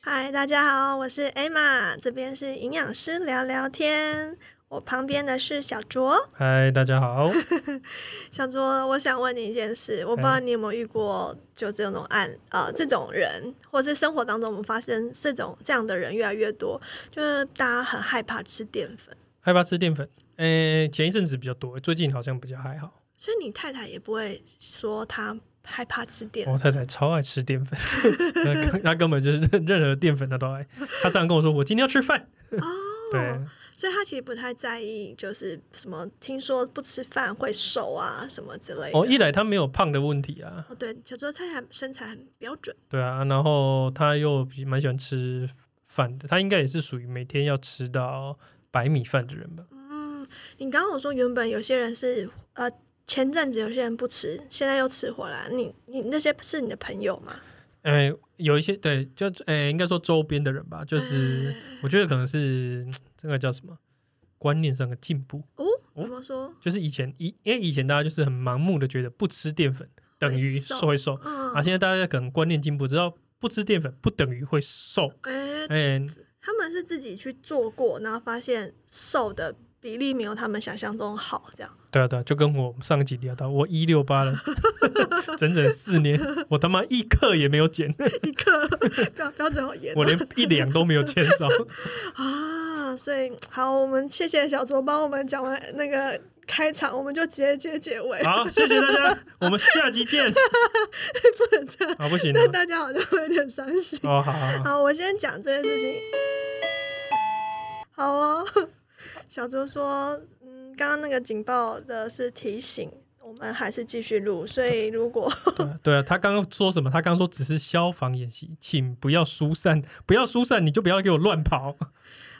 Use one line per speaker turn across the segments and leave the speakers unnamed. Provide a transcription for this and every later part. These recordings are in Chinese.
嗨，大家好，我是 Emma，这边是营养师聊聊天。我旁边的是小卓，
嗨，大家好。
小卓，我想问你一件事，我不知
哎
道你有没有遇过就这种案呃这种人，或是生活当中我们发现这种这样的人越来越多，就是大家很害怕吃淀粉，
害怕吃淀粉？诶、前一阵子比较多，最近好像比较还好。
所以你太太也不会说她害怕吃淀粉。
我哦太太超爱吃淀粉， 她她根本就是任任何淀粉她都爱。她这样跟我说：“我今天要吃饭。” 对，
所以她其实不太在意，就是什么听说不吃饭会瘦啊什么之类的。
哦，一来她没有胖的问题啊，
哦，对，小卓太太身材很标准，
对啊，然后她又比蛮喜欢吃饭的，她应该也是属于每天要吃到白米饭的人吧？
你刚刚有说原本有些人是呃前阵子有些人不吃，现在又吃回来，你你那些是你的朋友吗？
诶、有一些对，就诶、应该说周边的人吧，就是我觉得可能是嗯这个叫什么观念上的进步。
哦，
哦
怎么说？
就是以前以因为以前大家就是很盲目的觉得不吃淀粉等于
瘦
会瘦
嗯，
啊，现在大家可能观念进步，知道不吃淀粉不等于会瘦，
哎、
哎、
他们是自己去做过，然后发现瘦的比例没有他们想象中好，这样。
对啊对啊，就跟我上一集聊到，我一六八了， 整整四年，我他妈一克也没 有减，
一个标标准好严
我连一两都没有减少，
啊！所以好，我们谢谢小卓帮我们讲完那个开场，我们就直接接结尾，
好，谢谢大家，我们下集 见，
不能这样，
啊不行了
那， 大家好像会有点伤心。
哦好 好好，
好，我先讲这件事情。好哦，小周说，嗯，刚刚那个警报的是提醒，我们还是继续录，所以如果
对啊对啊，他刚刚说什么？他刚刚说只是消防演习，请不要疏散，不要疏散，你就不要给我乱跑。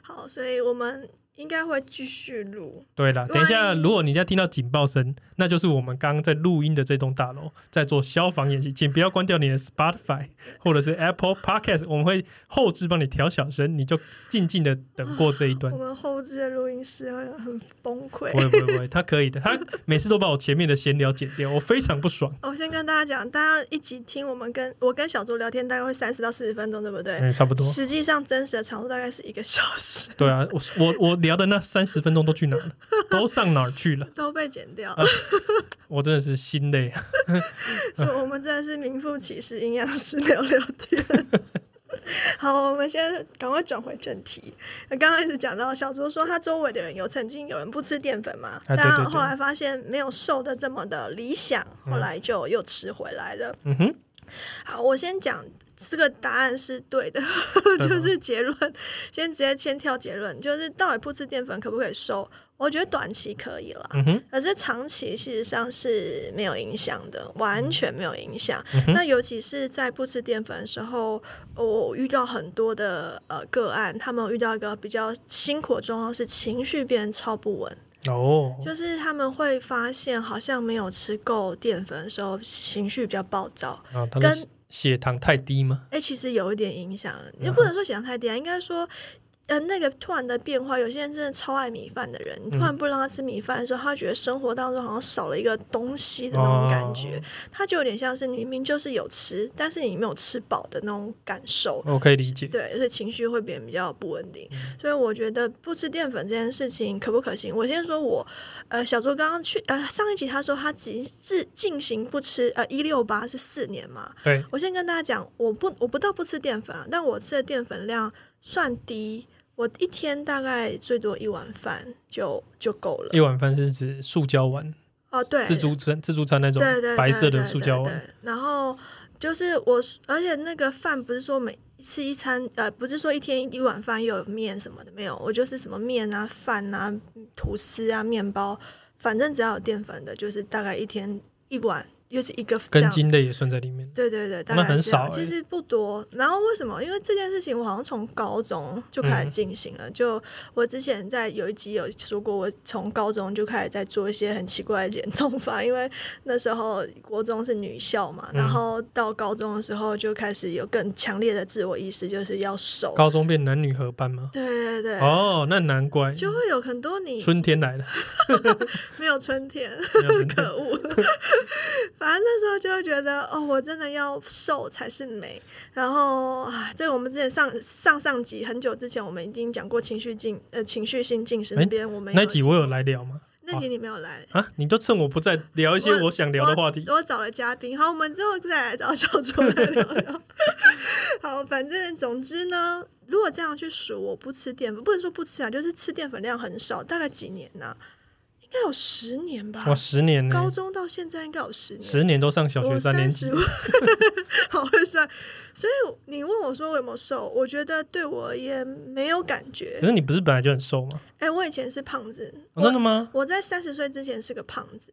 好，所以我们应该会继续录。
对了，等一下，
万一
如果你在听到警报声，那就是我们刚刚在录音的这栋大楼在做消防演习，请不要关掉你的 Spotify 或者是 Apple Podcast，我们会后置帮你调小声，你就静静的等过这一段
我。们后置的录音师会很崩
不会
溃。
不会不会，他可以的，他每次都把我前面的闲聊剪掉，我非常不 爽。
哦我先跟大家讲，大家一起听我们跟我跟小周聊天，大概会三十到四十分钟，对不对？
嗯，差不多。
实际上真实的长度大概是一个小时，
对啊，我我我聊的那三十分钟都去哪了？ 都上哪儿去了？
都被剪掉了。
我真的是心累啊！
所以我们真的是名副其实营养师聊聊天。 好，我们现在赶快转回正题。刚刚一直讲到小卓说他周围的人有曾经有人不吃淀粉嘛，
啊对
但
对嗯对
后来发现没有瘦的这么的理想，后来就又吃回来了。
嗯哼，
好，我先讲这个答案是对的，
对吗
就是结论，先直接先跳结论，就是到底不吃淀粉可不可以瘦？我觉得短期可以啦，
嗯哼，
可是长期事实上是没有影响的，完全没有影响。那尤其是在不吃淀粉的时候，我遇到很多的呃个案，他们遇到一个比较辛苦的状况是情绪变得超不稳，
哦，
就是他们会发现好像没有吃够淀粉的时候情绪比较暴躁。
啊，他
跟
的血糖太低吗？
哎、其实有一点影响，也不能说血糖太低啊，应该说。呃，那个突然的变化，有些人真的超爱米饭的人，你突然不让他吃米饭的时候，他觉得生活当中好像少了一个东西的那种感觉，
哦
他就有点像是你明明就是有吃，但是你没有吃饱的那种感受。
我可以理解。
对，所以情绪会变得比较不稳定，所以我觉得不吃淀粉这件事情可不可行？我先说我，呃，小周刚刚去，呃，上一集他说他只是进行不吃，呃，一六八是四年嘛，
对，
我先跟大家讲，我不我不到不吃淀粉啊，但我吃的淀粉量算低，我一天大概最多一碗饭就就够了。
一碗饭是指塑胶碗，
哦，对，
自助餐自助餐那种
对对对
白色的
对
塑胶啊
对
碗，
对然后就是我，而且那个饭不是说每吃一餐，呃，不是说一天一碗饭又有面什么的，没有，我就是什么面啊、饭啊、吐司啊、面包，反正只要有淀粉的，就是大概一天一碗，又是一个这
根
样。
茎类也算在里面。
对对对，大
那
概
很
这样
少欸
其实不多。然后为什么？因为这件事情我好像从高中就开
嗯
始进行了。就我之前在有一集有说过，我从高中就开始在做一些很奇怪的减重法，因为那时候国中是女校嘛，
嗯
然后到高中的时候就开始有更强烈的自我意识，就是要瘦。
高中变男女合班吗？
对对对，
哦，那难怪
就会有很多你
春天来了，
没有春天。
没 有春天
可恶！反正那时候就会觉得，哦，我真的要瘦才是美。然后啊，这个我们之前上上上集很久之前，我们已经讲过情绪进呃情绪性进食
哎
那边，我们
那一集我有来聊吗？
那集你没有来。
啊，你就趁我不在 聊一些我想聊的话题。
我我找了嘉宾，好，我们之后再来找小猪来聊聊。 好，反正总之呢，如果这样去数，我不吃淀粉，不能说不吃啊，就是吃淀粉量很少，大概几年呢、应该有十年吧。
哇，十年呢、
高中到现在应该有十年，
十年都上小
我
学三年级
30，好会算。所以你问我说我有没有瘦，我觉得对我而言没有感觉
可。是你不是本来就很瘦吗？
哎、我以前是胖子，
嗯哦、真的
我
吗？
我在三十岁之前是个胖子。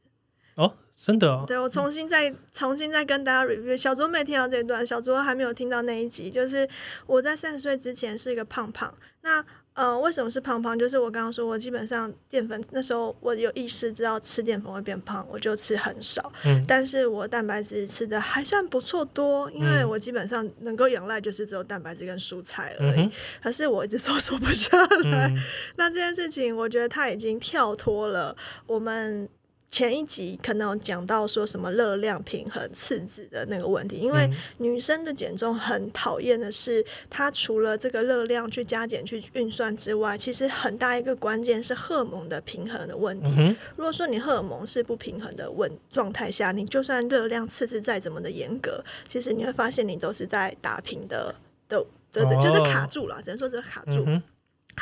哦，真的哦。
对我重新再重新再跟大家 review，小卓没听到这一段，小卓还没有听到那一集，就是我在三十岁之前是一个胖胖。那呃，为什么是胖胖？就是我刚刚说，我基本上淀粉那时候我有意识知道吃淀粉会变胖，我就吃很少。
嗯
但是我蛋白质吃的还算不错多，因为我基本上能够仰赖就是只有蛋白质跟蔬菜而
嗯
已。
哼，
可是我一直都瘦不下来。
嗯，
那这件事情，我觉得它已经跳脱了我们前一集可能有讲到说什么热量平衡赤字的那个问题，因为
嗯
女生的减重很讨厌的是，它除了这个热量去加减去运算之外，其实很大一个关键是荷尔蒙的平衡的问题
嗯。哼，
如果说你荷尔蒙是不平衡的问状态下，你就算热量赤字再怎么的严格，其实你会发现你都是在打平的的的，的就是卡住了，只能说是卡住
嗯。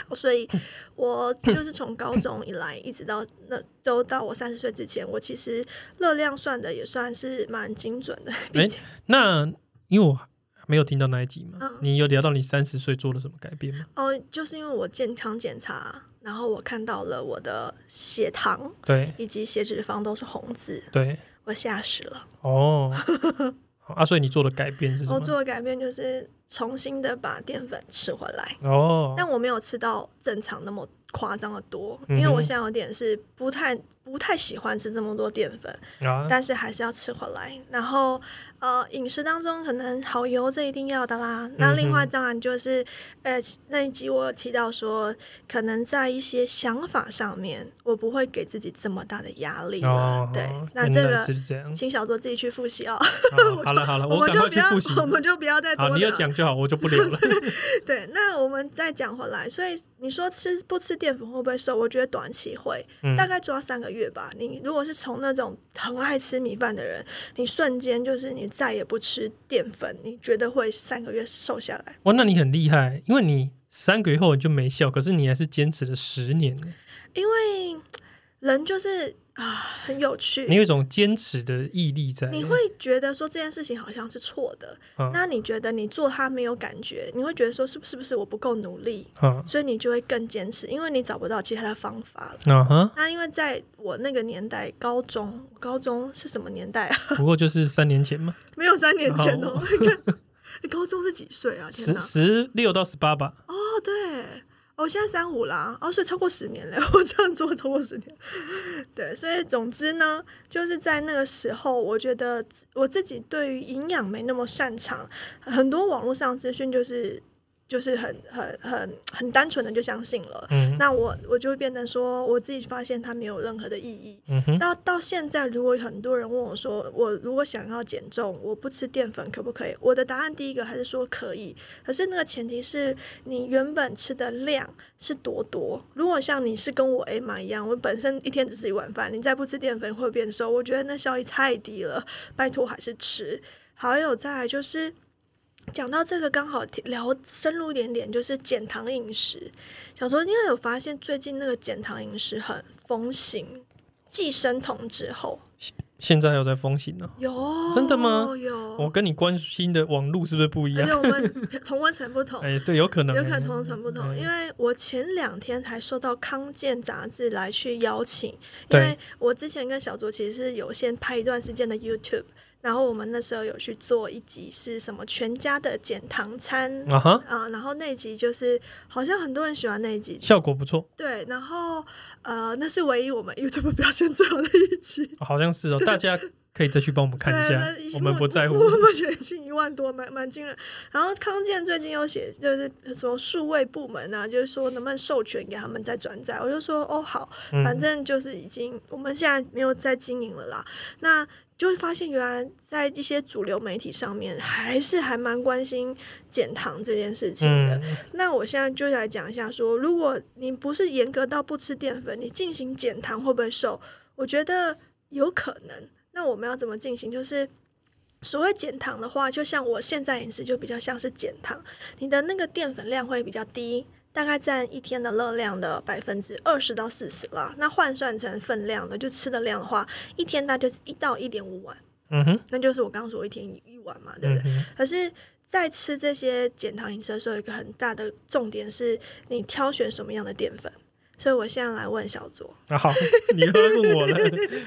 哼，
所以，我就是从高中以来一直到那都到我三十岁之前，我其实热量算的也算是蛮精准的。毕竟
那因为我没有听到那一集嘛，
嗯
你有聊到你三十岁做了什么改变吗？
哦，就是因为我健康检查，然后我看到了我的血糖
对
以及血脂肪都是红字，
对，
我吓死了。
哦，好啊，所以你做的改变是什
我
么？
做的改变就是重新的把淀粉吃回来，
哦，
但我没有吃到正常那么夸张的多，
嗯
因
哼
为我现在有点是不太不太喜欢吃这么多淀粉。
啊，
但是还是要吃回来。然后呃，饮食当中可能好油这一定要的啦。那另外
嗯哼
当然就是呃那一集我有提到说，可能在一些想法上面，我不会给自己这么大的压力了。
哦，
对
原，
那这
来
个
是这样。
请小多自己去复习哦。
好好了好了，
我们
赶
就
快
不
去
要
复习。，
我们就不要再多
好，你有
聊。
讲就好，我就不聊 了。
对，那我们再讲回来，所以你说吃不吃淀粉会不会瘦？我觉得短期会，
嗯
大概抓三个月吧。你如果是从那种很爱吃米饭的人，你瞬间就是你再也不吃淀粉，你觉得会三个月瘦下来？
哇，那你很厉害，因为你三个月后你就没效，可是你还是坚持了十年，
因为人就是啊，很有趣，
你有一种坚持的毅力在。
你会觉得说这件事情好像是错的，
啊
那你觉得你做它没有感觉，你会觉得说是不是不是我不够努力，
啊
所以你就会更坚持，因为你找不到其他的方法了。
啊哈，
那因为在我那个年代，高中高中是什么年代啊？
不过就是三年前 嘛，
没有三年前哦
好。
你看你高中是几岁啊？天
十
哪！
十六到十八吧。
哦，对，哦，现在三五啦，哦，所以超过十年了， 我这样做超过十年。对，所以总之呢，就是在那个时候，我觉得自我自己对于营养没那么擅长，很多网络上资讯就是就是很很很很单纯的就相信了。
嗯
那我我就会变成说，我自己发现它没有任何的意义。
嗯哼，
到到现在，如果很多人问我说，我如果想要减重，我不吃淀粉可不可以？我的答案第一个还是说可以，可是那个前提是你原本吃的量是多多。如果像你是跟我 A 妈一样，我本身一天只吃一碗饭，你再不吃淀粉会变瘦，我觉得那效益太低了，拜托还是吃。还有再来就是。讲到这个，刚好聊深入一点点，就是减糖饮食。想说，因为有发现最近那个减糖饮食很风行，寄生虫之后，
现在还有在风行呢、
有
真的吗
有，
我跟你关心的网路是不是不一
而
样
且？我们同温层不同，
哎，对，有可能，
有可能同层不同，
哎
因为我前两天才收到《康健》杂志来去邀请，因
对
为我之前跟小卓其实是有先拍一段时间的 YouTube，然后我们那时候有去做一集是什么全家的减糖餐
啊哈，
啊，然后那集就是好像很多人喜欢那一集，
效果不错，
对，然后呃，那是唯一我们 YouTube 表现最好的一集。
好像是哦，大家可以再去帮我们看一
对那
下，
已
我
经
们不在乎
我。 我们觉得已经一万多，蛮蛮惊人。然后康健最近又写，就是什么数位部门啊，就是说能不能授权给他们再转载。我就说哦好，反
嗯，
正就是已经我们现在没有在经营了啦。那就会发现，原来在一些主流媒体上面，还是还蛮关心减糖这件事情的。
嗯，
那我现在就来讲一下说如果你不是严格到不吃淀粉，你进行减糖会不会瘦？我觉得有可能。那我们要怎么进行？就是所谓减糖的话，就像我现在饮食就比较像是减糖，你的那个淀粉量会比较低。大概占一天的热量的百分之二十到四十啦，那换算成分量的，就吃的量的话，一天大概就是一到一点五碗，
嗯哼，
那就是我刚刚说一天一一碗嘛，对不对？
嗯哼，
可是，在吃这些减糖饮食的时候，有一个很大的重点是你挑选什么样的淀粉。所以我现在来问小 卓，
啊好，你又要问 我了，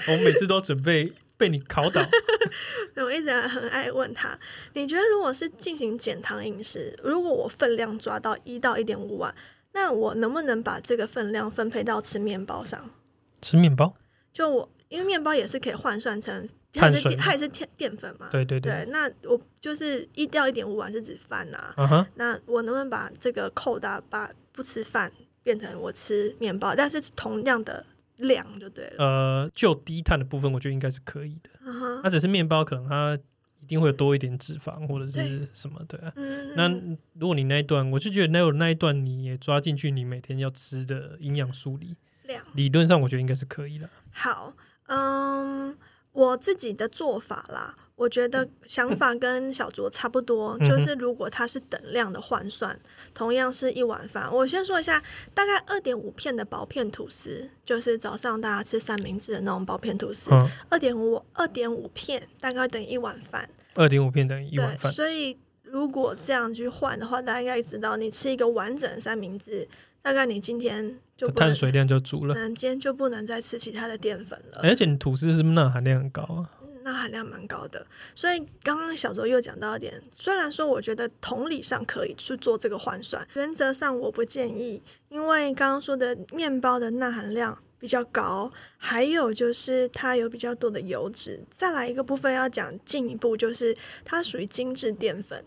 我每次都准备被你考倒。
我一直很爱问他，你觉得如果是进行减糖饮食，如果我分量抓到一到一点五碗，那我能不能把这个分量分配到吃面包上？
吃面包，
就我，因为面包也是可以换算成，它
碳
也是
水
它也是淀淀粉嘛。
对对对，
那我就是一到一点五碗是指饭啊，
啊哈，
那我能不能把这个扣打把不吃饭变成我吃面包，但是同样的量就对了。
呃，就低碳的部分，我觉得应该是可以的。
嗯哼，
那只是面包，可能它一定会有多一点脂肪或者是什么的。
嗯，
那如果你那一段，我就觉得那有那一段你也抓进去，你每天要吃的营养梳理，
量
理论上我觉得应该是可以了。
好，嗯，我自己的做法啦，我觉得想法跟小卓差不多，
嗯哼
就是如果它是等量的换算，同样是一碗饭，我先说一下，大概二点五片的薄片吐司，就是早上大家吃三明治的那种薄片吐司，
嗯，
二点五二点五片大概等于一碗饭。
二点五片等于一
对，
碗饭。
所以如果这样去换的话，大家应该知道，你吃一个完整的三明治，大概你今天就不能
碳，水量就足了。哎
嗯，今天就不能再吃其他的淀粉了。
而且你吐司是不是钠含量很高啊？
嗯那含量蛮高的，所以刚刚小卓又讲到一点，虽然说我觉得同理上可以去做这个换算，原则上我不建议，因为刚刚说的面包的钠含量比较高，还有就是它有比较多的油脂。再来一个部分要讲进一步，就是它属于精致淀粉。
嗯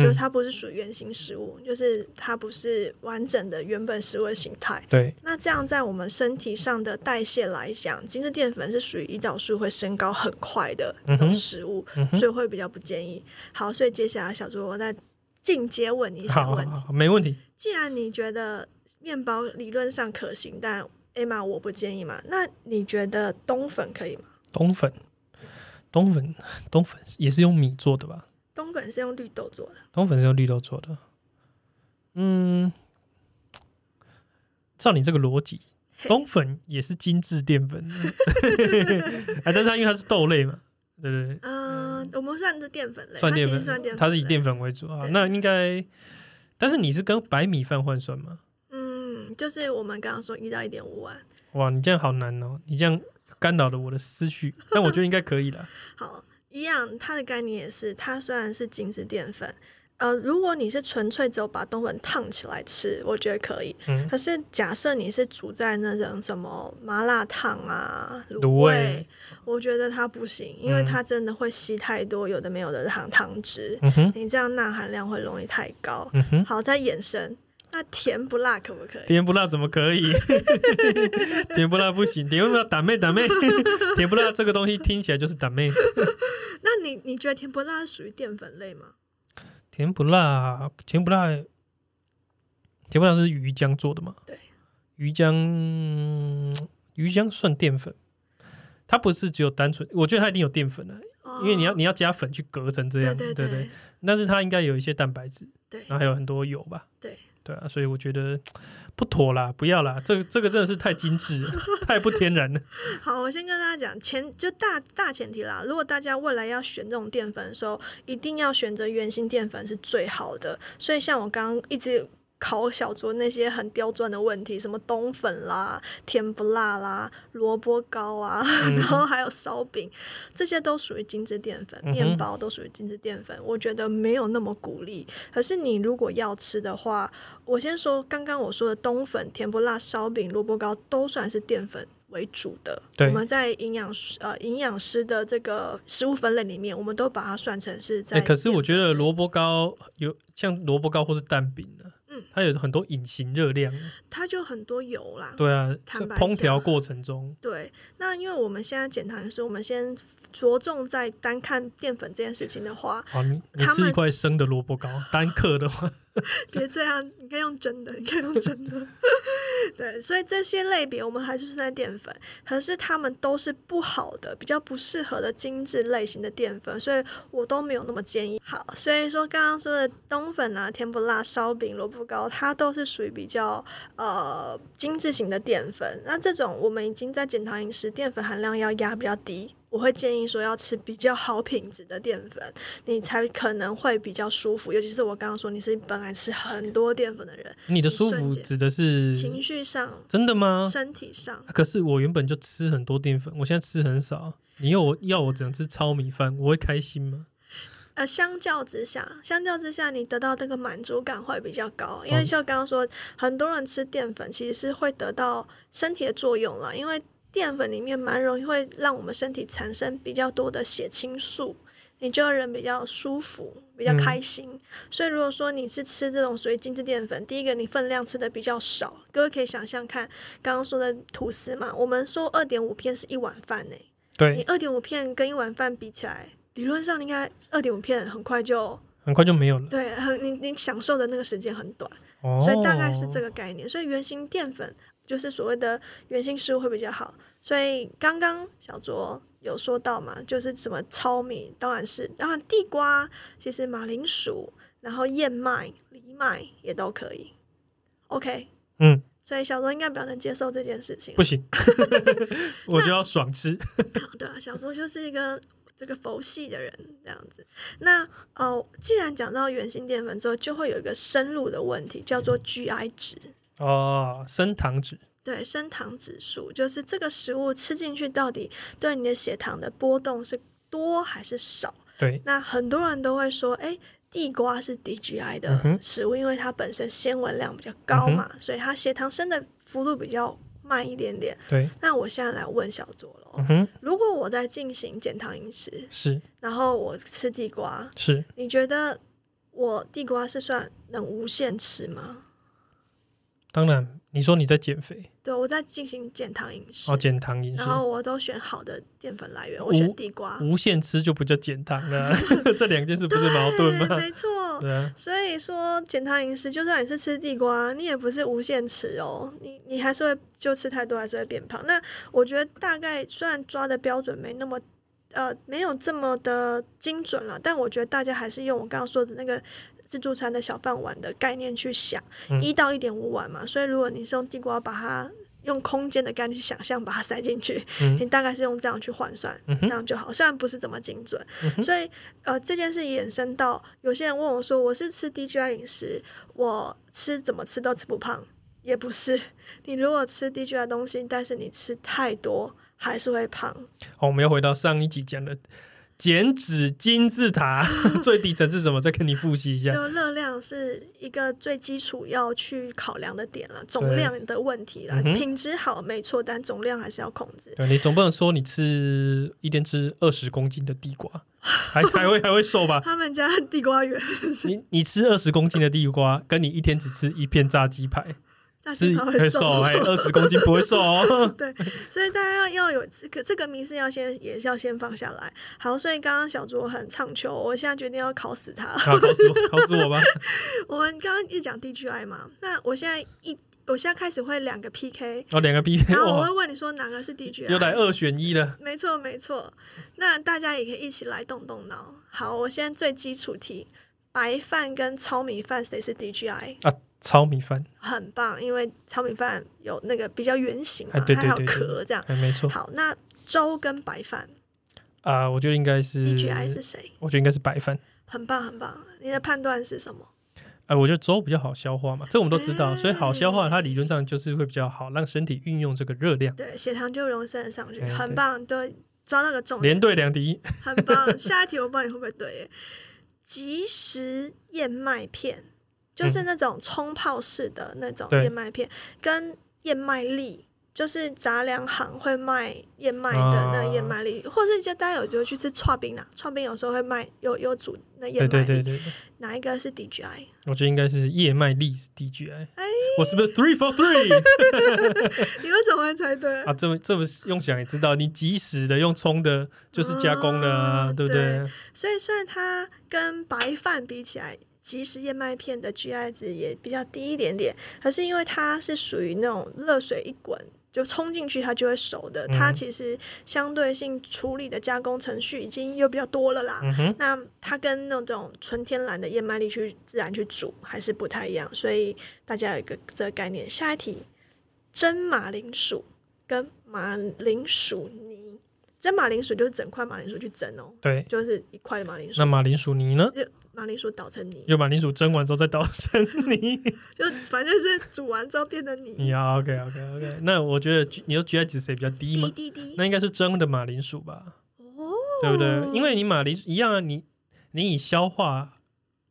就是它不是属于原型食物，就是它不是完整的原本食物的形态。
对，
那这样在我们身体上的代谢来讲，精致淀粉是属于胰岛素会升高很快的这
嗯
种
哼
食物，
嗯哼，
所以会比较不建议。好，所以接下来小猪，我再进阶问你一些
好
问
好
题。
好，没问题。
既然你觉得面包理论上可行，但 Emma 我不建议嘛，那你觉得冬粉可以吗？
冬粉，冬粉，冬粉也是用米做的吧？
冬粉是用绿豆做的，
冬粉是用绿豆做的。嗯，照你这个 逻辑，
嘿
冬粉也是精致淀 粉，哎，但是它因为它是豆类嘛，对不对？
嗯、我们算是淀粉类，
算
它
淀
其实
粉
算淀粉，
它是以，淀粉为主啊。
对
那应该，但是你是跟白米饭换算吗？
嗯，就是我们刚刚说一到一点五碗。
哇，你这样好难哦，你这样干扰了我的思绪， 但我觉得应该可以啦。
好，一样，它的概念也是，它虽然是精致淀粉，呃，如果你是纯粹只有把冬粉烫起来吃，我觉得可以。
嗯
可是假设你是煮在那种什么麻辣烫啊、
卤
卤
味
味，我觉得它不行，因为
嗯
它真的会吸太多有的没有的糖糖汁，
嗯哼，
你这样钠含量会容易太高。
嗯哼。
好，再延伸，那甜不辣可不可以？
甜不辣怎么可以？ 甜不辣不行，甜不辣打妹打妹， 甜不辣这个东西听起来就是打妹。
那你你觉得甜不辣是属于淀粉类吗？
甜不辣，甜不辣，甜不辣是鱼浆做的嘛？
对，
鱼浆，嗯鱼浆算淀粉，它不是只有单纯，我觉得它一定有淀粉的、啊
哦
因为你要你要加粉去隔成这
对
样，
对
对
对
但是它应该有一些蛋白质，
对
然后还有很多油吧？
对
对啊，所以我觉得不妥啦，不要啦，这个这个真的是太精致 了，太不天然了。
好，我先跟大家讲，前就大大前提啦。如果大家未来要选这种淀粉的时候，一定要选择原型淀粉是最好的。所以像我刚刚一直考小卓那些很刁钻的问题，什么冬粉啦、甜不辣啦、萝卜糕啊，
嗯
然后还有烧饼，这些都属于精致淀粉，
嗯哼
面包都属于精致淀粉。我觉得没有那么鼓励。可是你如果要吃的话，我先说刚刚我说的冬粉、甜不辣、烧饼、萝卜糕都算是淀粉为主的。
对
我们在营养师呃营养师的这个食物分类里面，我们都把它算成是在
哎、
淀粉、
可是我觉得萝卜糕有像萝卜糕或是蛋饼啊，
嗯
它有很多隐形热量。
它就很多油啦。
对啊，
坦
在
白
烹调
讲
过程中，
对，那因为我们现在减糖是，我们先着重在单看淀粉这件事情的话，
好，哦你你
他
吃一
们
块生的萝卜糕，单克 的话，
别这样，你可以用真的，你可以用真的。 对，所以这些类别我们还是在淀粉，可是它们都是不好的、比较不适合的精致类型的淀粉，所以我都没有那么建议。好，所以说刚刚说的冬粉啊、甜不辣、烧饼、萝卜糕，它都是属于比较呃精致型的淀粉。那这种我们已经在减糖饮食，淀粉含量要压比较低。我会建议说要吃比较好品质的淀粉，你才可能会比较舒服。尤其是我刚刚说你是本来吃很多淀粉的人，
你的舒服
瞬间
指的是
情绪上、
真的吗？啊
身体上，
可是我原本就吃很多淀粉，我现在吃很少。你要我要我只能吃糙米饭，我会开心吗？
呃，相较之下，相较之下，你得到这个满足感会比较高，因为
嗯
像刚刚说，很多人吃淀粉其实是会得到身体的作用了，因为淀粉里面蛮容易会让我们身体产生比较多的血清素，你就会人比较舒服，比较
嗯
开心。所以如果说你是吃这种属于精致淀粉，第一个你分量吃的比较少，各位可以想象看，刚刚说的吐司嘛，我们说二点五片是一碗饭呢、欸你
对，
二点五片跟一碗饭比起来，理论上应该二点五片很快就
很快就没有了。
对，很你你享受的那个时间很短，
哦，
所以大概是这个概念。所以原型淀粉就是所谓的原型食物会比较好。所以刚刚小卓有说到嘛，就是什么糙米，当然是当然地瓜，其实马铃薯，然后燕麦、藜麦也都可以。OK，
嗯，
所以小卓应该比较能接受这件事情
不。行，我就要爽吃。
对啊，小说就是一个这个佛系的人这样子。那哦，既然讲到原型淀粉之后，就会有一个深入的问题，叫做
嗯
GI 值。
哦，升糖脂。
对升糖指数，就是这个食物吃进去到底对你的血糖的波动是多还是少？
对，
那很多人都会说，哎、地瓜是 DGI
嗯
的
哼嗯
食物，因为它本身纤维量比较高嘛，所以它血糖升的幅度比较慢一点点。
对，
那我现在来问小卓喽，
嗯哼，
如果我在进行减糖饮食，
是
然后我吃地瓜，
是，
你觉得我地瓜是算能无限吃吗？
当然，你说你在减肥，
对，我在进行减糖饮食，
哦，减糖饮食
然，后啊我都选好的淀粉来源，我选
无
地瓜。
无限吃就不叫减糖 了，这两件事不是矛盾
对，
吗？
没错。
对啊，
所以说，减糖饮食就算你是吃地瓜，你也不是无限吃哦，你你还是会就吃太多，还是会变胖。那我觉得大概虽然抓的标准没那么。呃，没有这么的精准了，但我觉得大家还是用我刚刚说的那个自助餐的小饭碗的概念去想，
嗯
一、到一点五碗嘛。所以如果你是用地瓜把它用空间的概念去想象把它塞进去，
嗯
你大概是用这样去换算，
嗯
那
哼，
样就好。虽然不是怎么精准，
嗯哼
所以呃，这件事衍生到有些人问我说，我是吃 DGI 饮食，我吃怎么吃都吃不胖，也不是。你如果吃 DGI 东西，但是你吃太多，还是会胖。
好，我们又回到上一集讲的减脂金字塔 最底层是什么？再跟你复习一下。
就热量是一个最基础要去考量的点了，
对
总量的问题啦
嗯，哼
品质好没错，但总量还是要控制。
对你总不能说你吃一天吃二十公斤的地瓜，还还会还会瘦吧？
他们家地瓜园，
你你吃二十公斤的地瓜，跟你一天只吃一片炸鸡排，
大
吃
家
会 瘦，哎，二十公斤不会瘦哦。
对，所以大家要有这个这个迷思，要先也是要先放下来。好，所以刚刚小卓很唱秋，我现在决定要考死他。
好，告诉我，告诉我吧。
我们刚刚一直讲 DGI 嘛，那我现在一我现在开始会两个 PK，
哦，两 个 PK，
然后我
哇
会，问你啊说哪个是
又来
DGI。
二选一了。
没错没错，那大家也可以一起来动动脑。好，我现在最基础题，白饭跟糙米饭谁是 DGI？
啊，糙米饭，
很棒，因为糙米饭有那个比较圆形嘛，
哎对对
它还
对
有
对
壳这样。
哎，没错
好，那粥跟白饭
啊、我觉得应该是，
，DGI ，E 是谁？
我觉得应该是白饭。
很棒，很棒。你的判断是什么？
哎、我觉得粥比较好消化嘛，这我们都知道，所以好消化，
哎
它理论上就是会比较好，让身体运用这个热量。
对，血糖就容易升上去，
哎
很
对
棒，对，抓到个重点
连，对两敌，
很 棒。下一题我不知道你会不会对耶，即食燕麦片，就是那种冲泡式的那种
嗯对
燕麦片，跟燕麦粒。就是杂粮行会卖燕麦的
啊
那个燕麦粒，或是就大家有就去吃串冰啦，串冰有时候会卖有有煮那燕
对
麦
对
粒，
对对，对
哪一个是 DGI？
我觉得应该是燕麦粒 DGI。
哎
我是不是 three for three
你为什么会猜对？
啊？这么这么用想也知道，你及时的用冲的，就是加工的啊，
嗯
对不
对
对？
所以虽然它跟白饭比起来，即食燕麦片的 GI 值也比较低一点点，可是因为它是属于那种热水一滚就冲进去它就会熟的，它
嗯
其实相对性处理的加工程序已经又比较多了啦。
嗯哼，
那它跟那种纯天然的燕麦粒去自然去煮还是不太一样，所以大家有一个这个概念。下一题，蒸马铃薯跟马铃薯泥，蒸马铃薯就是整块马铃薯去蒸哦，
对。
就是一块的马铃薯
那，马铃薯泥呢？
马铃薯捣成泥，
就马铃薯蒸完之后再捣成泥。
就反正就是煮完之后变成泥，
你要 OK OK OK。那我觉得 G- 你说 GI 值谁比较低
滴
吗？
滴滴。
那应该是蒸的马铃薯吧，
哦，
对不对？因为你马铃薯一样啊，你你以消化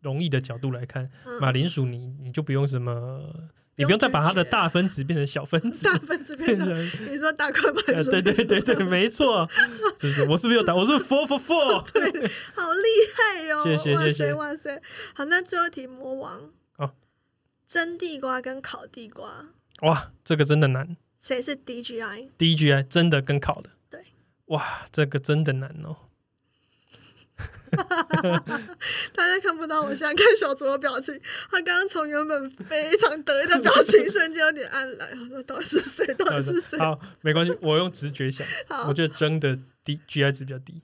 容易的角度来看，
嗯
马铃薯你你就不用什么，你
不用
不用再把它的
咀嚼
大分子变成小分 子
大，分子变
变
成
成
你说大块马铃
呃，
薯，
对对对对，没错，是不是？我是不是又打？我是 four for four。
好厉害哟、
谢谢谢哦谢
哇塞哇塞！好，那最后一题魔王，
好
蒸地瓜跟烤地瓜，
哇，这个真的难。
谁是 DGI？
第一 G I 真的跟考的，
对，
哇，这个真的难哦。
大家看不到我现在看小卓的表情， 他刚刚从原本非常得意的表 情，瞬间有点黯然。我说到底是谁？到底 是谁？
好，没关系，我用直觉想，
好
我，觉得真的低 G I 值比较低。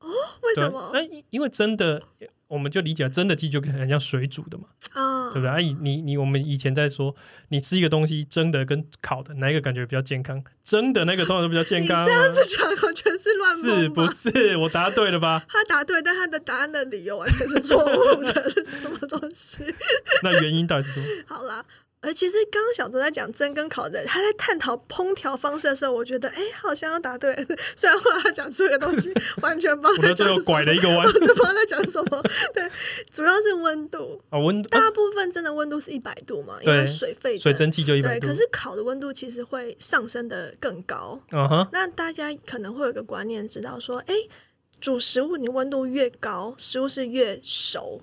为
对
什
啊，
么？
那因因为真的，我们就理解真的鸡就很像水煮的嘛，
啊，
对不对？啊，以你你我们以前在说，你吃一个东西蒸的跟烤的，哪一个感觉比较健康？蒸的那个通常都比较健
你
康啊、
这样子想，我全是乱
是
蒙吧？
不是？我答对了吧
他答对，但他的答案的理由完全是错误 的，是什么东西？
那原因到底是什么？
好啦，呃，其实刚刚小周在讲蒸跟烤的，他在探讨烹调方式的时候，我觉得哎、诶好像要答对了，虽然后来他讲出一个东 西，完全不知
我
道
到
在
最
讲什
后
么，
拐了一个 弯
我都不知道在讲什么。对，主要是温度，
啊，温度、啊
大部分真的温度是一百度嘛，因为
对
水沸
水蒸气就一百
对，
度
可，是烤的温度其实会上升的更高。
嗯哼，
那大家可能会有个观念，知道说，哎、煮食物你温度越高，食物是越熟，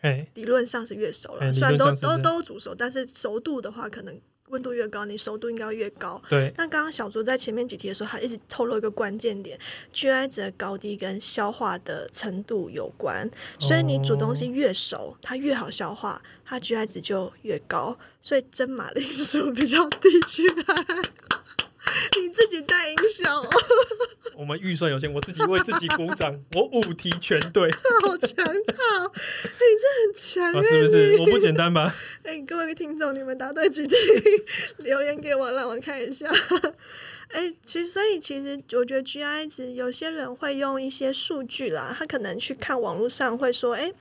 哎，
理论上是越熟了。
哎
虽然
理
都
论上是
都
这样
都煮熟，但是熟度的话，可能温度越高，你熟度应该越高。
对，
那刚刚小卓在前面几题的时候，他一直透露一个关键点，GI 值的高低跟消化的程度有关。所以你煮东
哦
西越熟，它越好消化，它 GI 值就越高。所以蒸马铃薯比较低 GI。你自己带音效哦。
我们预算有限，我自己为自己鼓掌，我五题全 对，啊
好强啊！你这很强哎、
是不是？我不简单吧？
哎、各位听众，你们答对几题？ 留言给我，让我看一下。 哎、其实所以其实我觉得 GI 值有些人会用一些数据啦，他可能去看网络上会说，哎、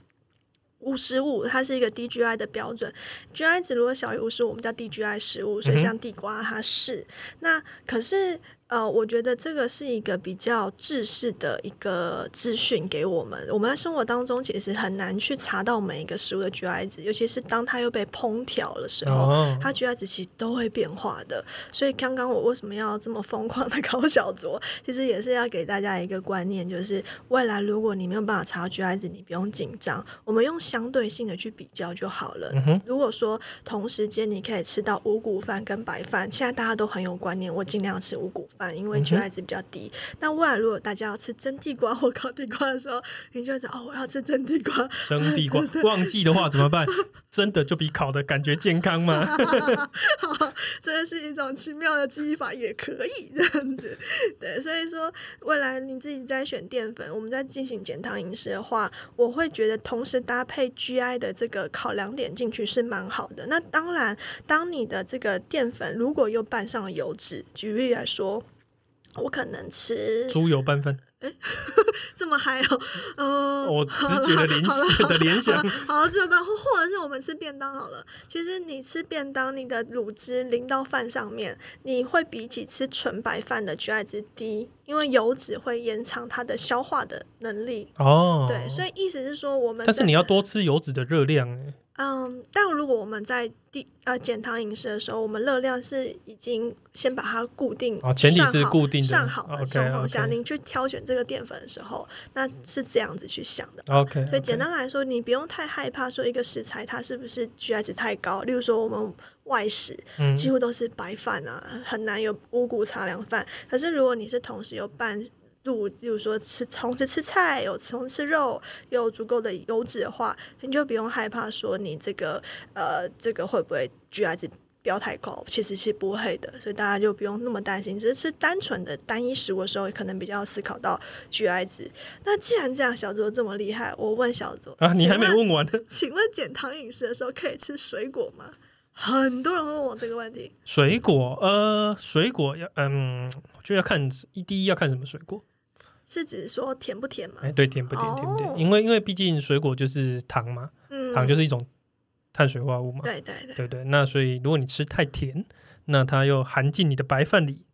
五十五，它是一个 DGI 的标准，GI 值如果小于五十五，我们叫 DGI 食物，所以
嗯哼
像地瓜它是。那可是呃，我觉得这个是一个比较制式的一个资讯给我们。我们在生活当中其实很难去查到每一个食物的 GI 值，尤其是当它又被烹调的时候，
哦，
它 GI 值其实都会变化的。所以刚刚我为什么要这么疯狂的 搞小酌，其实也是要给大家一个观念，就是未来如果你没有办法查到 GI 值，你不用紧张，我们用相对性的去比较就好了。
嗯哼，
如果说同时间你可以吃到五谷饭跟白饭，现在大家都很有观念，我尽量吃五谷饭，
嗯
因为蛋白质比较低。那未来如果大家要吃蒸地瓜或烤地瓜的时候，你就会知道哦，我要吃蒸地瓜，
蒸地瓜，忘记的话怎么办？真的就比烤的感觉健康 吗？
好， 这是一种奇妙的记忆法，也可以这样子。 对，所以说未来你自己在选淀粉，我们在进行减糖饮食的话，我会觉得同时搭配 GI 的这个考量点进去是蛮好的。那当然，当你的这个淀粉如果又拌上了油脂，举例来说。我可能吃
猪油拌饭，
这么嗨哦，嗯、
我直觉的联
好了
的联想，
好，这个或或者是我们吃便当好了。其实你吃便当，你的乳汁淋到饭上面，你会比起吃纯白饭的 GI 值低，因为油脂会延长它的消化的能力。
哦，
对，所以意思是说，我们
但是
在
你要多吃油脂的热量、欸，
嗯，但如果我们在第呃减糖饮食的时候，我们热量是已经先把它固定
哦前提
算
是
好
固定的哦
算好的
OK，
情况下，
OK
您去挑选这个淀粉的时候，那是这样子去想的。
OK，, o k
所以简单来说，你不用太害怕说一个食材它是不是 GI 值太高。例如说我们外食
嗯
几乎都是白饭啊，很难有五谷杂粮饭。可是如果你是同时有拌入，例如说吃同时吃菜，有同时吃肉，有足够的油脂的话，你就不用害怕说你这个呃这个会不会 GI 值。标太高，其实是不会的，所以大家就不用那么担心。只是吃单纯的单一食物的时候，可能比较思考到 GI 值。那既然这样，小卓这么厉害，我问小卓
啊，你还没
请
问完呢。
请问减糖饮食的时候可以吃水果吗？很多人问我这个问题。
水果，呃，水果要，嗯，我觉得要看一第一要看什么水果，
是指说甜不甜吗？
哎，对，甜不甜，甜不
哦
甜？因为因为毕竟水果就是糖嘛，
嗯，
糖就是一种碳水化合物嘛，
对对对，
对不对？那所以如果你吃太甜，那它又含进你的白 饭里，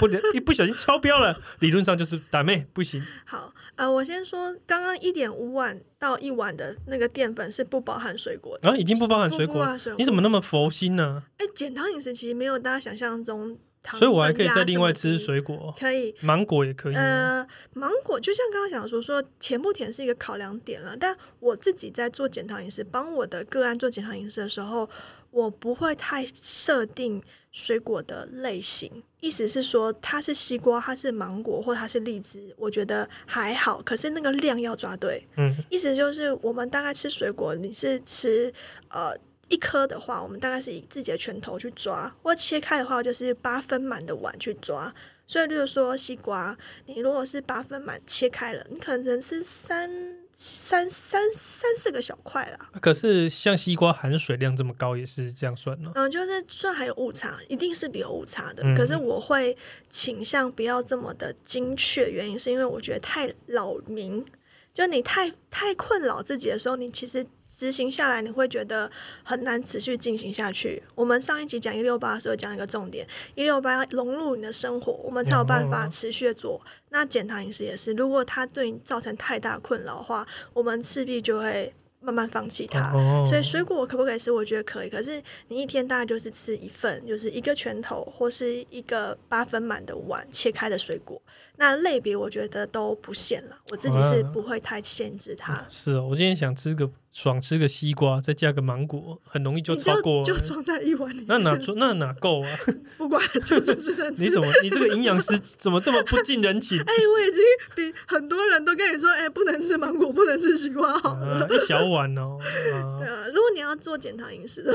不能一不小心超标了，理论上就是打妹不行。
好，呃，我先说，刚刚一点五碗到一碗的那个淀粉是不包含水果的。
然后已经啊不包含
不
水
不
果
包
了
含水，
你怎么那么佛心呢？
哎，减糖饮食其实没有大家想象中糖，
所以我还可以再另外吃。水果，
可以，
芒果也可以啊吗。
呃，芒果就像刚刚想说，说甜不甜是一个考量点了。但我自己在做减糖饮食，帮我的个案做减糖饮食的时候，我不会太设定水果的类型。意思是说，它是西瓜，它是芒果，或它是荔枝，我觉得还好。可是那个量要抓对。
嗯，
意思就是，我们大概吃水果，你是吃呃一颗的话，我们大概是以自己的拳头去抓，或切开的话就是八分满的碗去抓。所以，例如说西瓜，你如果是八分满切开了，你可能只能吃三三三三四个小块啦。
可是像西瓜含水量这么高，也是这样算呢？
嗯，就是算还有误差，一定是有误差的。
嗯
可是我会倾向不要这么的精确，原因是因为我觉得太扰民，就你太太困扰自己的时候，你其实执行下来，你会觉得很难持续进行下去。我们上一集讲一六八的时候讲一个重点，一六八要融入你的生活，我们才有办法
嗯
持续地做。那减糖饮食也是，如果它对你造成太大困扰的话，我们势必就会慢慢放弃它。
哦
啊所以水果可不可以吃？我觉得可以，可是你一天大概就是吃一份，就是一个拳头或是一个八分满的碗切开的水果。那类别我觉得都不限了，我自己是
啊
不会太限制它。
是哦，我今天想吃个爽，吃个西瓜，再加个芒果，很容易就
你
超过
就
了。
就装在一碗里面，
那哪那哪够啊？
不 管，就是只能吃。
你怎么你这个营养师怎么这么不近人情？
哎、我已经比很多人都跟你说，哎、不能吃芒果，不能吃西瓜 好了。
啊，一小碗哦，
对啊，如果你要做减糖饮食的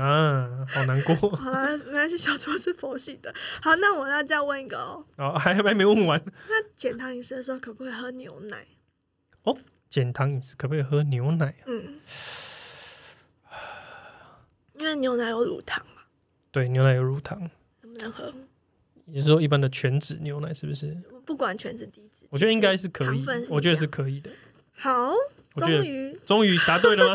啊啊，好难过
好啦，没关系，小桌是佛系的。好，那我要再问一个哦，
哦，还还没问完。
那减糖饮食的时候可不可以喝牛奶？
减糖饮食可不可以喝牛奶？啊
嗯，因为牛奶有乳糖嘛，
对，牛奶有乳糖，
能不能喝？
也就是说一般的全脂牛奶是不是？
不管全脂低脂，
我觉得应该
其
是可
糖
以
分，是
我觉
一
得
样
是可以的。
实好。
我
终
觉得
于
终于答对了 吗？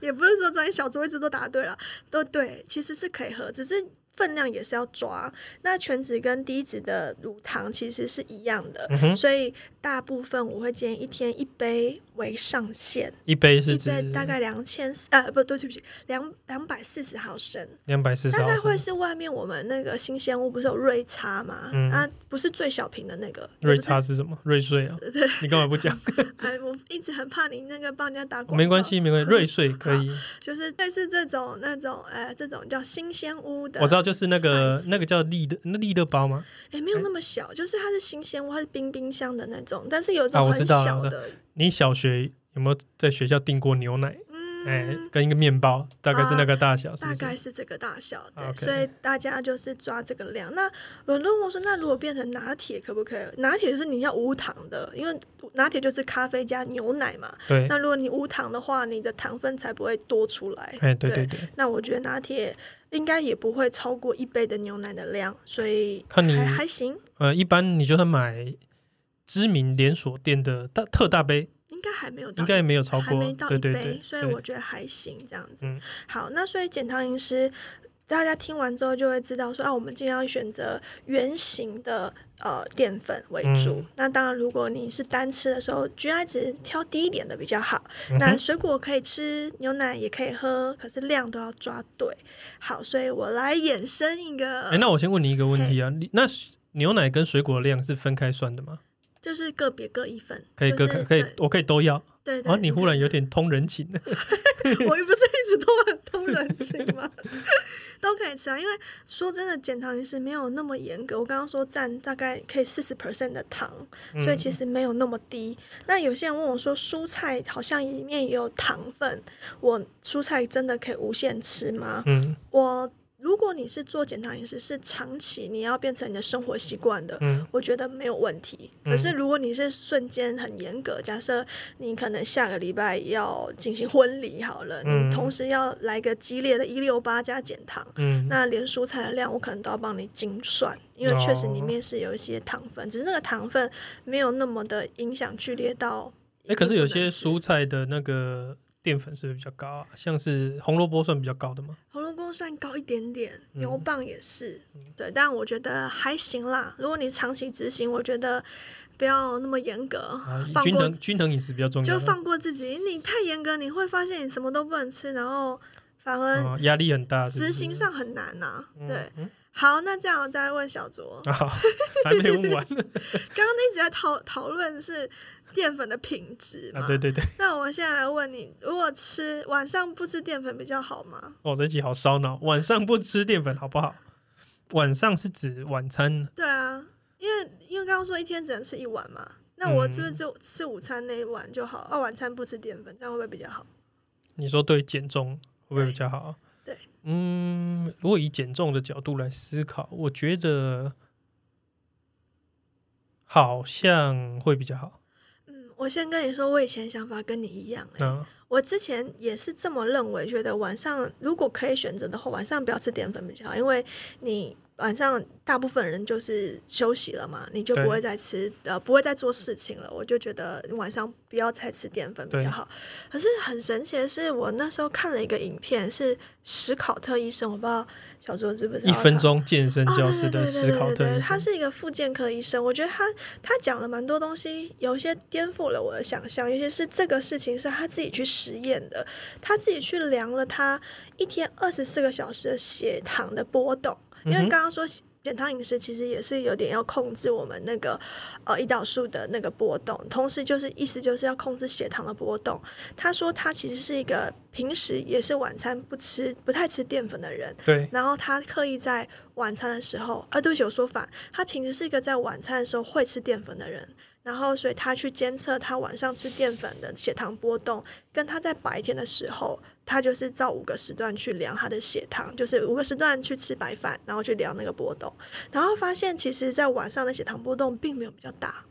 也不是说专业小桌一直都答对了，都对，其实是可以喝，只是分量也是要抓。那全脂跟低脂的乳糖其实是一样的，
嗯哼，
所以大部分我会建议一天一杯为上限，
一杯
一
是指
杯大概两千呃不对，对不起，两两百四十毫升。
两百四十
大
毫
概会
升，
是外面我们那个新鲜屋不是有瑞茶吗？
嗯
啊，不是最小瓶的那个
瑞差，是什么？瑞穗啊？你干嘛 不讲？
也不是哎，我一直很怕你那个帮人家打广告。
没关，系，没关系，瑞穗可以，
就是类似这种那种，哎，这种叫新鲜屋的，
我知道就是那个
size
那个叫利乐那利乐包吗？
哎，没有那么小，就是它是新鲜货，它是冰冰箱的那种，但是有一
啊我
种
知
很
道了
小
我知
的，
你小学有没有在学校订过牛奶？
嗯，啊
哎、跟一个面包，大概是那个大小，是不
大
是？
概是这个大小对，
OK
所以大家就是抓这个量。那有人问我说，那如果变成拿铁可不可以？拿铁就是你要无糖的，因为拿铁就是咖啡加牛奶嘛。
对，
那如果你无糖的话，你的糖分才不会多出来。
哎、对对对，
那我觉得拿铁应该也不会超过一杯的牛奶的量，所以
看你
还还行，
呃，一般你就算买知名连锁店的大特大杯，
应该还没有到
应该也没有超
啊还
过
没，到
对
一
对
杯，
对，
所以
对
我觉得还行这样子。
嗯
好，那所以减糖饮食，大家听完之后就会知道说，啊，我们尽量选择圆形的呃淀粉为主。
嗯
那当然，如果你是单吃的时候，GI 值挑低一点的比较好。
嗯
那
哼
水果可以吃，牛奶也可以喝，可是量都要抓对。好，所以我来衍生一个，
哎、那我先问你一个问题啊，你那牛奶跟水果的量是分开算的吗？
就是个别各一份，
可以
就
各
是
开，可以
对，
我可以都要。
对对
啊，你忽
对
然有点通 人情，
我不是一直都很通人情吗？ 都可以吃啊，因为说真的，减糖饮食没有那么严格。我刚刚说占大概可以四十 percent 的糖，所以其实没有那么低。那有些人问我说，蔬菜好像里面也有糖分，我蔬菜真的可以无限吃吗？
嗯
我如果你是做减糖饮食，是长期你要变成你的生活习惯的，
嗯
我觉得没有问题。
嗯
可是如果你是瞬间很严格，假设你可能下个礼拜要进行婚礼好了，
嗯
你同时要来个激烈的一六八加减糖。
嗯
那连蔬菜的量，我可能都要帮你精算，因为确实里面是有一些糖分，只是那个糖分没有那么的影响剧烈到。
哎、可是有些
蔬
蔬菜的那个淀粉是不是比较高啊？像是红萝卜算比较高的吗？
红萝卜算高一点点，
嗯
牛蒡也是，对，但我觉得还行啦。如果你长期执行，我觉得不要那么严格
啊，，
放
均
过
衡均衡饮食比较重要
就
啊，
放过自己。你太严格，你会发现你什么都不能吃，然后反
哦
而
压力很大，是不
执
是
行上很难呐、
嗯
对，
嗯
好，那这样我再问小卓，
啊，好还没问完
刚刚一直在讨讨论是淀粉的品质嘛？
啊，对对对，
那我现在来问你，如果吃晚上不吃淀粉比较好吗？
哦，这集好烧脑，晚上不吃淀粉好不好？晚上是指晚餐，
对啊，因为因为刚刚说一天只能吃一碗嘛，那我是不是
嗯
就吃午餐那一碗就好？啊，晚餐不吃淀粉，这样会不会比较好？
你说对减重会不会比较好？
对，
嗯，如果以减重的角度来思考，我觉得好像会比较好。
嗯，我先跟你说，我以前想法跟你一样、欸，
嗯，
我之前也是这么认为，觉得晚上如果可以选择的话，晚上不要吃淀粉比较好，因为你晚上大部分人就是休息了嘛，你就
对
不会再吃呃不会再做事情了。我就觉得晚上不要再吃淀粉比
对
较好。可是很神奇的是，我那时候看了一个影片，是史考特医生，我不知道小卓知不知道
一
他
分钟健身
哦，对
教
对
室
对对
的思考
对
特
对
医
他
生，
是一个复健科医生，我觉得他他讲了蛮多东西，有一些颠覆了我的想象，尤其是这个事情是他自己去实验的，他自己去量了他一天二十四个小时的血糖的波动，因为
嗯哼
刚刚说。减糖饮食其实也是有点要控制我们那个呃胰岛素的那个波动，同时就是意思就是要控制血糖的波动。他说他其实是一个平时也是晚餐不吃不太吃淀粉的人，
对，
然后他刻意在晚餐的时候，啊，对不起，我说反，他平时是一个在晚餐的时候会吃淀粉的人，然后所以他去监测他晚上吃淀粉的血糖波动，跟他在白天的时候，他就是照五个时段去量他的血糖，就是五个时段去吃白饭，然后去量那个波动，然后发现其实在晚上的血糖波动并没有比较大。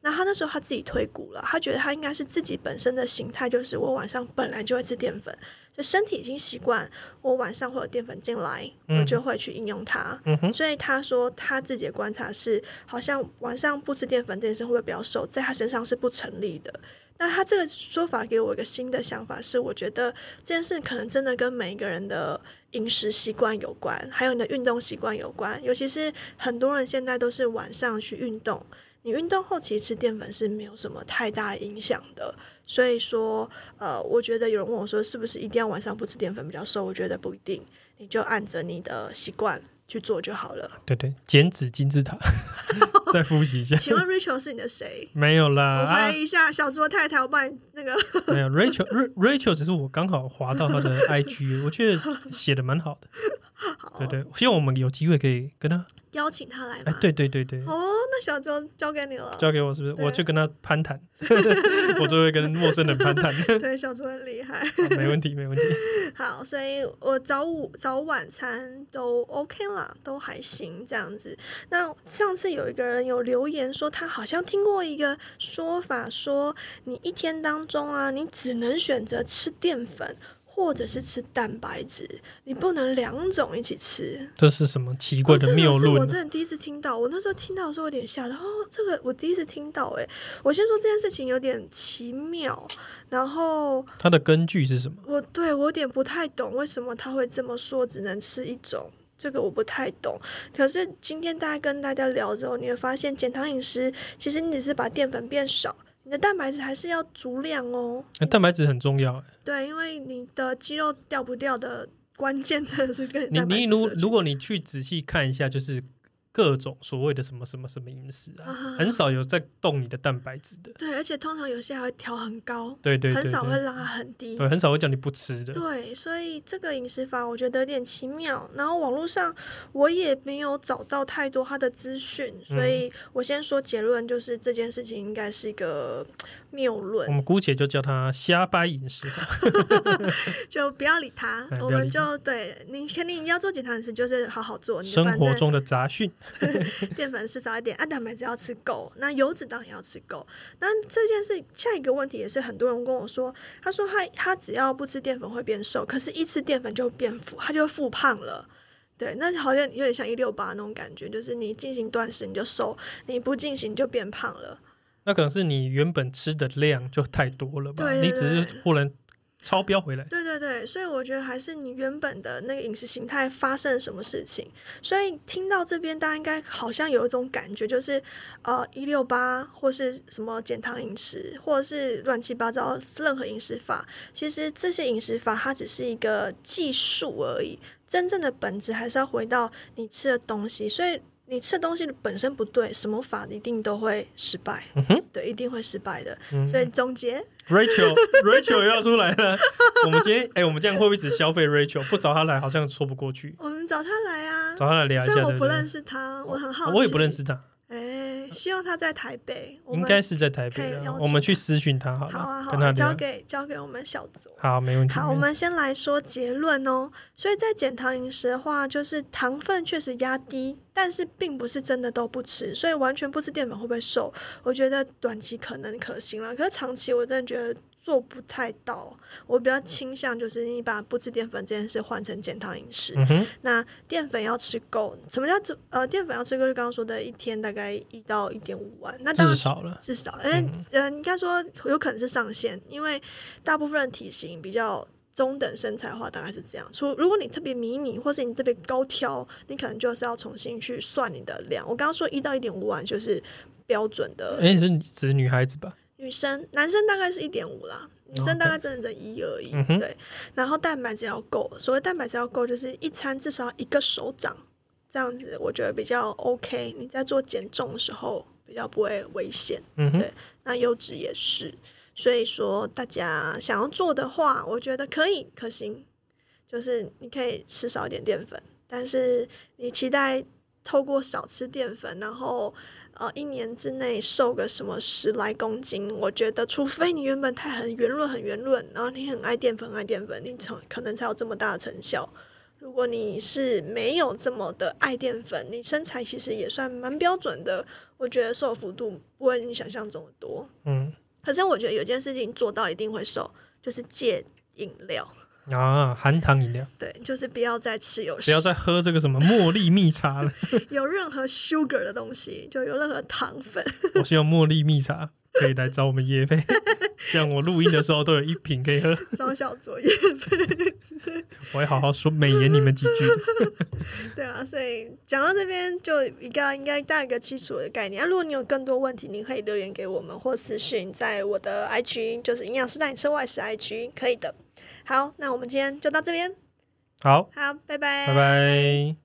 那他那时候他自己推估了，他觉得他应该是自己本身的形态，就是我晚上本来就会吃淀粉，就身体已经习惯我晚上会有淀粉进来，
嗯
我就会去应用它。
嗯哼，
所以他说他自己的观察是，好像晚上不吃淀粉这件事会不会比较瘦，在他身上是不成立的。那他这个说法给我一个新的想法是，我觉得这件事可能真的跟每一个人的饮食习惯有关，还有你的运动习惯有关。尤其是很多人现在都是晚上去运动，你运动后其实吃淀粉是没有什么太大影响的。所以说，呃，我觉得有人问我说，是不是一定要晚上不吃淀粉比较瘦？我觉得不一定，你就按着你的习惯去做就好了。
对对，减脂金字塔，再复习一下，
请问 Rachel 是你的谁？
没有啦
我
啊
怀，疑一下小卓太太，我帮 你那个
没 有 Rachel Ra- Rachel 只是我刚好滑到他的 IG，我觉得写的蛮好的，
好
对，对，希望我们有机会可以跟他，
邀请他来
哎
嘛。，
对对对对，
哦，那小周交给你了。
交给我是不是？
对
我去跟他攀谈， 我就会跟陌生人 攀谈，好
对，小周很厉害。
没问题没问题。
好，所以我早午早晚餐都 OK 啦，都还行这样子。那上次有一个人有留言说，他好像听过一个说法，说你一天当中啊，你只能选择吃淀粉或者是吃蛋白质，你不能两种一起吃。
这是什么奇怪
哦
的
真
谬
是我
论呢？
真的第一次听到，我那时候听到的时候有点吓到，哦，这个我第一次听到、欸，诶，我先说这件事情有点奇妙，然后。
它的根据是什么？
我对我有点不太懂，为什么他会这么说，只能吃一种。这个我不太懂，可是今天大家跟大家聊之后，你会发现减糖饮食其实你只是把淀粉变少，你的蛋白质还是要足量哦。
哎蛋白质很重要。哎
对，因为你的肌肉掉不掉的关键 真的是跟
你
蛋白质
你如
摄取
如果你去仔细看一下，就是各种所谓的什么什么什么饮食啊，
啊
很少有在动你的蛋白质的。
对，而且通常有些还会调很高，
对对对
很少会
对，
让它很低。
对很少会叫你不吃的。
对，所以这个饮食法我觉得有点奇妙。然后网络上我也没有找到太多它的资讯，
嗯
所以我先说结论，就是这件事情应该是一个谬
我
论，
们姑且就叫它瞎掰饮食 法。
就不要理它
哎。
我
不要
们
理
就对你肯定要做减糖饮食，就是好好做，你就
生
反
活
正
中的杂讯，
淀粉吃少一点，啊，蛋白质要吃够，那油脂当然要吃够。那这件事下一个问题也是很多人跟我说，他说他他只要不吃淀粉会变瘦，可是一吃淀粉就变复，他就复胖了。对，那好像有点像一六八那种感觉，就是你进行断食你就瘦，你不进行就变胖了。
那可能是你原本吃的量就太多了吧？
对对
你只是
对
忽然超标回来。
对对对，所以我觉得还是你原本的那个饮食形态发生了什么事情。所以听到这边，大家应该好像有一种感觉，就是呃一六八或是什么减糖饮食，或者是乱七八糟任何饮食法，其实这些饮食法它只是一个技术而已，真正的本质还是要回到你吃的东西。所以你吃的东西本身不对，什么法一定都会失败，
嗯哼
对，一定会失败的。
嗯
所以总结。
，Rachel Rachel 又要出来了。我们今天哎、我们这样会不会只消费 Rachel？不找她来好像说不过去。
我们找他来啊，
找她来聊一下。
虽然我
对
不
对
认识他，我很好奇，
我也不认。识她，
哎，希望他在台北，我
应
们
该是在台北
可以
的
邀。
我们去私讯她好
好
了，
啊，好
跟她
啊，
聊
交。给交给我们小组。
好，没问题。
好，
没
我
问题
们先来说结论哦。所以在减糖饮食的话，就是糖分确实压低，但是并不是真的都不吃，所以完全不吃淀粉会不会瘦？我觉得短期可能可行了，可是长期我真的觉得做不太到。我比较倾向就是你把不吃淀粉这件事换成减糖饮食。
嗯哼，
那淀粉要吃够，什么叫吃？呃，淀粉要吃够，就刚刚说的，一天大概一到一点五万，那当
至
然
少嗯了。
至少，因为呃，应该说有可能是上限，因为大部分人体型比较中等身材的话，大概是这样。除如果你特别迷你，或是你特别高挑，你可能就是要重新去算你的量。我刚刚说一到一点五碗就是标准的
哎、是指女孩子吧？
女生，男生大概是一点五啦，女生大概真的在一而已。
嗯哼
对，然后蛋白质要够，所谓蛋白质要够，就是一餐至少一个手掌这样子，我觉得比较 OK。你在做减重的时候比较不会危险。
嗯哼
对，那优质也是。所以说，大家想要做的话，我觉得可以可行，就是你可以吃少一点淀粉，但是你期待透过少吃淀粉，然后呃一年之内瘦个什么十来公斤，我觉得除非你原本太很圆润很圆润，然后你很爱淀粉很爱淀粉，你才可能才有这么大的成效。如果你是没有这么的爱淀粉，你身材其实也算蛮标准的，我觉得瘦幅度不会你想象中的多。
嗯
可是我觉得有件事情做到一定会瘦，就是戒饮料，
啊，含糖饮料，
对，就是不要再吃有
不要再喝这个什么茉莉蜜茶了。
有任何 sugar 的东西，就有任何糖粉。
我希望茉莉蜜茶可以来找我们叶飞，这样我录音的时候都有一瓶可以喝。
招小作业，
我会好好说美言你们几句。
对啊，所以讲到这边就一个应该带一个基础的概念。啊、如果你有更多问题，你可以留言给我们或私讯在我的 IG，就是营养师带你吃外食 IG，可以的。好，那我们今天就到这边，
好，
好，拜拜，
拜拜。